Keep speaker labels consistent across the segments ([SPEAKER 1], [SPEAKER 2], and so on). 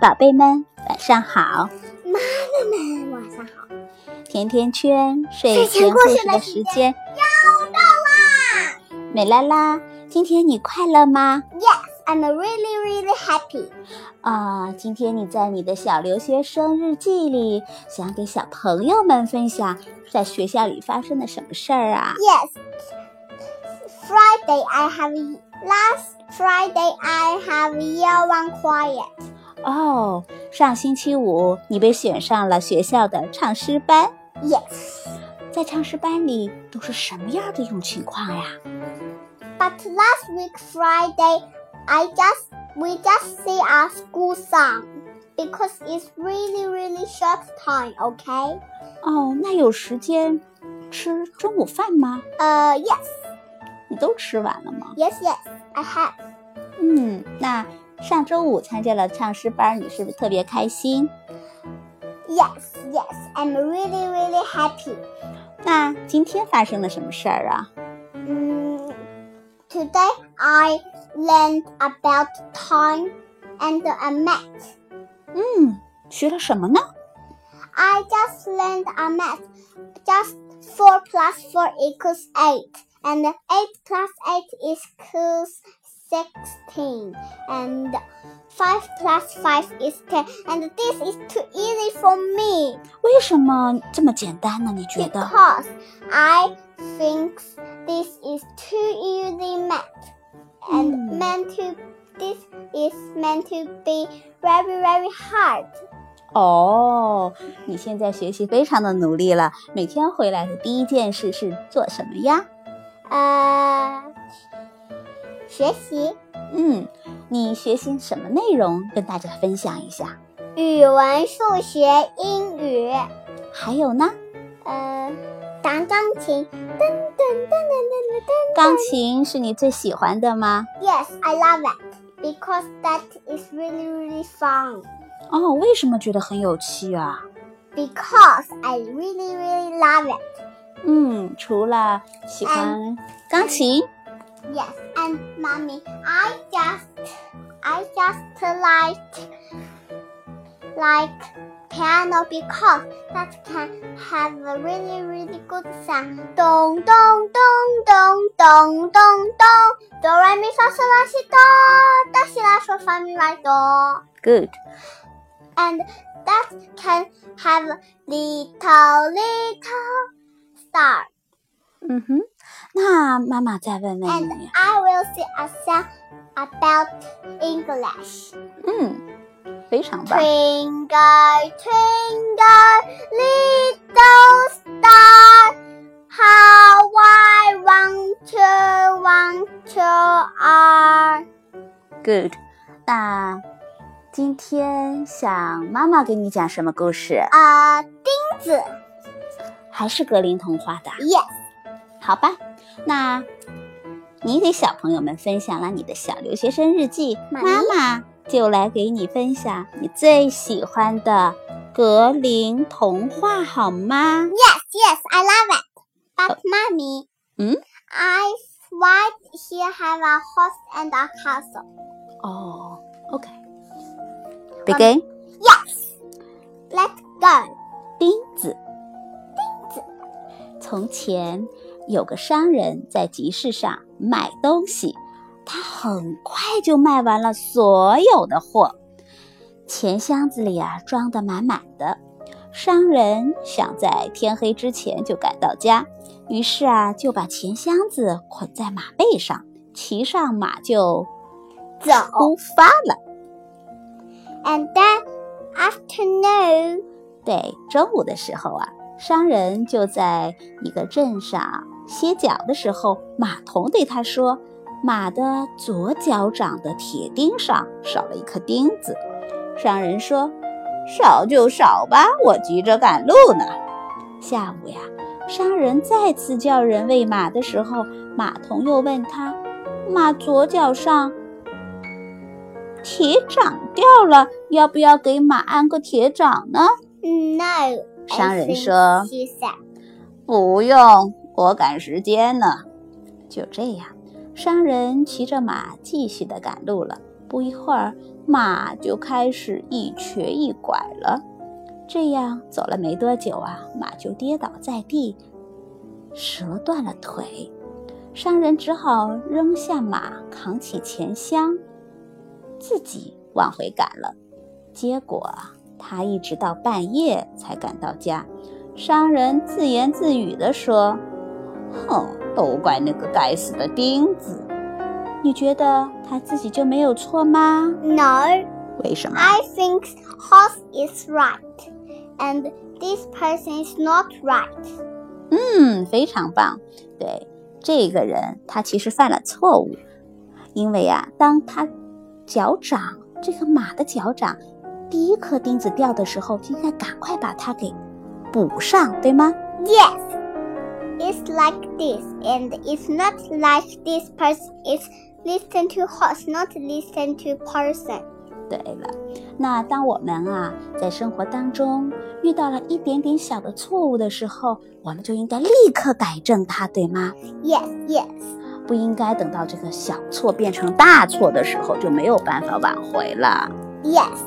[SPEAKER 1] 宝贝们晚上好，
[SPEAKER 2] 妈妈们晚上好，
[SPEAKER 1] 甜甜圈睡
[SPEAKER 2] 前
[SPEAKER 1] 前故
[SPEAKER 2] 故
[SPEAKER 1] 事
[SPEAKER 2] 事
[SPEAKER 1] 的
[SPEAKER 2] 的
[SPEAKER 1] 时
[SPEAKER 2] 时
[SPEAKER 1] 间，
[SPEAKER 2] 又到啦
[SPEAKER 1] 美拉拉，今天你快乐吗？
[SPEAKER 2] ！Yes, I'm really really happy。
[SPEAKER 1] 啊，今天你在你的小留学生日记里想给小朋友们分享在学校里发生的什么事儿啊？
[SPEAKER 2] Yes, Friday I have last Friday I have year one quiet.
[SPEAKER 1] 哦，上星期五你被选上了学校的唱诗班，
[SPEAKER 2] Yes,
[SPEAKER 1] 在唱诗班里都是什么样的一种情况呀？
[SPEAKER 2] but last week Friday I just we just sing our school song because it's really really short time. Okay.
[SPEAKER 1] 哦，那有时间吃中午饭吗？
[SPEAKER 2] Uh, yes,
[SPEAKER 1] 你都吃完了吗？
[SPEAKER 2] yes, yes. I have.
[SPEAKER 1] 嗯，那上周五参加了唱诗班，你是不是特别开心？
[SPEAKER 2] Yes, yes. I'm really really happy.
[SPEAKER 1] 那今天发生了什么事儿啊？
[SPEAKER 2] Mm, today I learned about time and a math.
[SPEAKER 1] 嗯，学了什么呢？
[SPEAKER 2] I just learned a math. Just 4 plus 4 equals 8. And 8 plus 8 equals 16. And 5 plus 5 is 10. And this is too easy for me
[SPEAKER 1] 为什么这么简单呢？你觉得？
[SPEAKER 2] because I think this is too easy math. And
[SPEAKER 1] Mm.
[SPEAKER 2] meant to, this is meant to be very, very hard.
[SPEAKER 1] 哦，你现在学习非常的努力了，每天回来的第一件事是做什么呀？
[SPEAKER 2] 呃，学习
[SPEAKER 1] 嗯，你学习什么内容？跟大家分享一下。
[SPEAKER 2] 语文、数学、英语，
[SPEAKER 1] 还有呢，
[SPEAKER 2] 呃，弹钢琴。噔噔噔噔噔噔
[SPEAKER 1] 钢琴是你最喜欢的吗？
[SPEAKER 2] 噔。Yes, I love it because that is really really fun.
[SPEAKER 1] 哦，为什么觉得很有趣啊？
[SPEAKER 2] Because I really really love it.
[SPEAKER 1] 嗯，除了喜欢嗯钢琴，
[SPEAKER 2] Yes, and mommy, I just I just like like piano because that can have a really really good sound. Dong dong dong dong dong dong dong. Do re mi fa sol la si do. Do si la sol fa mi la do.
[SPEAKER 1] Good，
[SPEAKER 2] And that can have little little star.
[SPEAKER 1] 嗯哼，那妈妈再问问
[SPEAKER 2] And
[SPEAKER 1] 你，
[SPEAKER 2] I will see a song about English.
[SPEAKER 1] 嗯，非常棒，
[SPEAKER 2] Twinkle, twinkle, little star, how I want to, want to are.
[SPEAKER 1] Good，那今天想妈妈给你讲什么故事？
[SPEAKER 2] 呃，钉子
[SPEAKER 1] 还是格林童话的，
[SPEAKER 2] ，yes，
[SPEAKER 1] 好吧？那你给小朋友们分享了你的小留学生日记，
[SPEAKER 2] 妈
[SPEAKER 1] 妈
[SPEAKER 2] 咪
[SPEAKER 1] 妈就来给你分享你最喜欢的格林童话，好吗？
[SPEAKER 2] yes, yes, I love it. But mommy,
[SPEAKER 1] Uh, Hmm?
[SPEAKER 2] I why he have a horse and a castle?
[SPEAKER 1] 哦，OK。Begin，
[SPEAKER 2] Yes, let's go.
[SPEAKER 1] 钉子。从前有个商人在集市上卖东西，他很快就卖完了所有的货，钱箱子里啊装得满满的。商人想在天黑之前就赶到家，于是啊就把钱箱子捆在马背上，骑上马就
[SPEAKER 2] 走。
[SPEAKER 1] 出发了。
[SPEAKER 2] And then afternoon,
[SPEAKER 1] 对，中午的时候啊，商人就在一个镇上歇脚的时候，马童对他说：“马的左脚掌的铁钉上少了一颗钉子。”商人说：“少就少吧，我急着赶路呢。”下午呀，商人再次叫人喂马的时候，马童又问他：“马左脚上铁掌掉了，要不要给马安个铁掌呢？”
[SPEAKER 2] no. I
[SPEAKER 1] 商人
[SPEAKER 2] think
[SPEAKER 1] 说
[SPEAKER 2] she said.：“
[SPEAKER 1] 不用，我赶时间呢。”就这样，商人骑着马继续的赶路了。不一会儿，马就开始一瘸一拐了。这样走了没多久啊，马就跌倒在地，折断了腿。商人只好扔下马，扛起钱箱，自己往回赶了。结果啊，他一直到半夜才赶到家。商人自言自语地说：“哼，都怪那个该死的钉子！你觉得他自己就没有错吗？
[SPEAKER 2] No,
[SPEAKER 1] 为什么？
[SPEAKER 2] I think horse is right, and this person is not right.
[SPEAKER 1] 嗯，非常棒。对，这个人他其实犯了错误，因为啊，当他脚掌这个马的脚掌第一颗钉子掉的时候，应该赶快把它给补上，对吗？
[SPEAKER 2] Yes, it's like this, and it's not like this person is listen to horse, not listen to person.
[SPEAKER 1] 对了，那当我们啊在生活当中遇到了一点点小的错误的时候，我们就应该立刻改正它，对吗？
[SPEAKER 2] Yes, yes,
[SPEAKER 1] 不应该等到这个小错变成大错的时候就没有办法挽回了。
[SPEAKER 2] yes.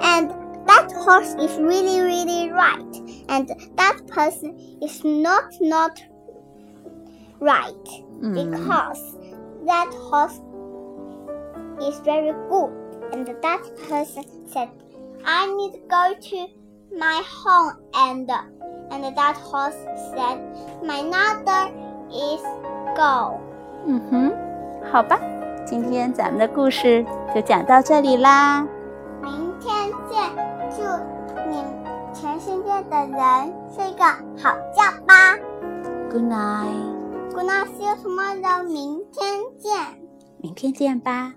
[SPEAKER 2] And that horse is really, really right, and that person is not, not right
[SPEAKER 1] 嗯，
[SPEAKER 2] because that horse is very good, and that person said, "I need to go to my home," and and that horse said, "My mother is go."
[SPEAKER 1] 嗯哼，好吧，今天咱们的故事就讲到这里啦。
[SPEAKER 2] 明天见，祝你全世界的人睡个好觉吧。
[SPEAKER 1] Good night，
[SPEAKER 2] Good night, see you tomorrow. 明天见。
[SPEAKER 1] 明天见吧。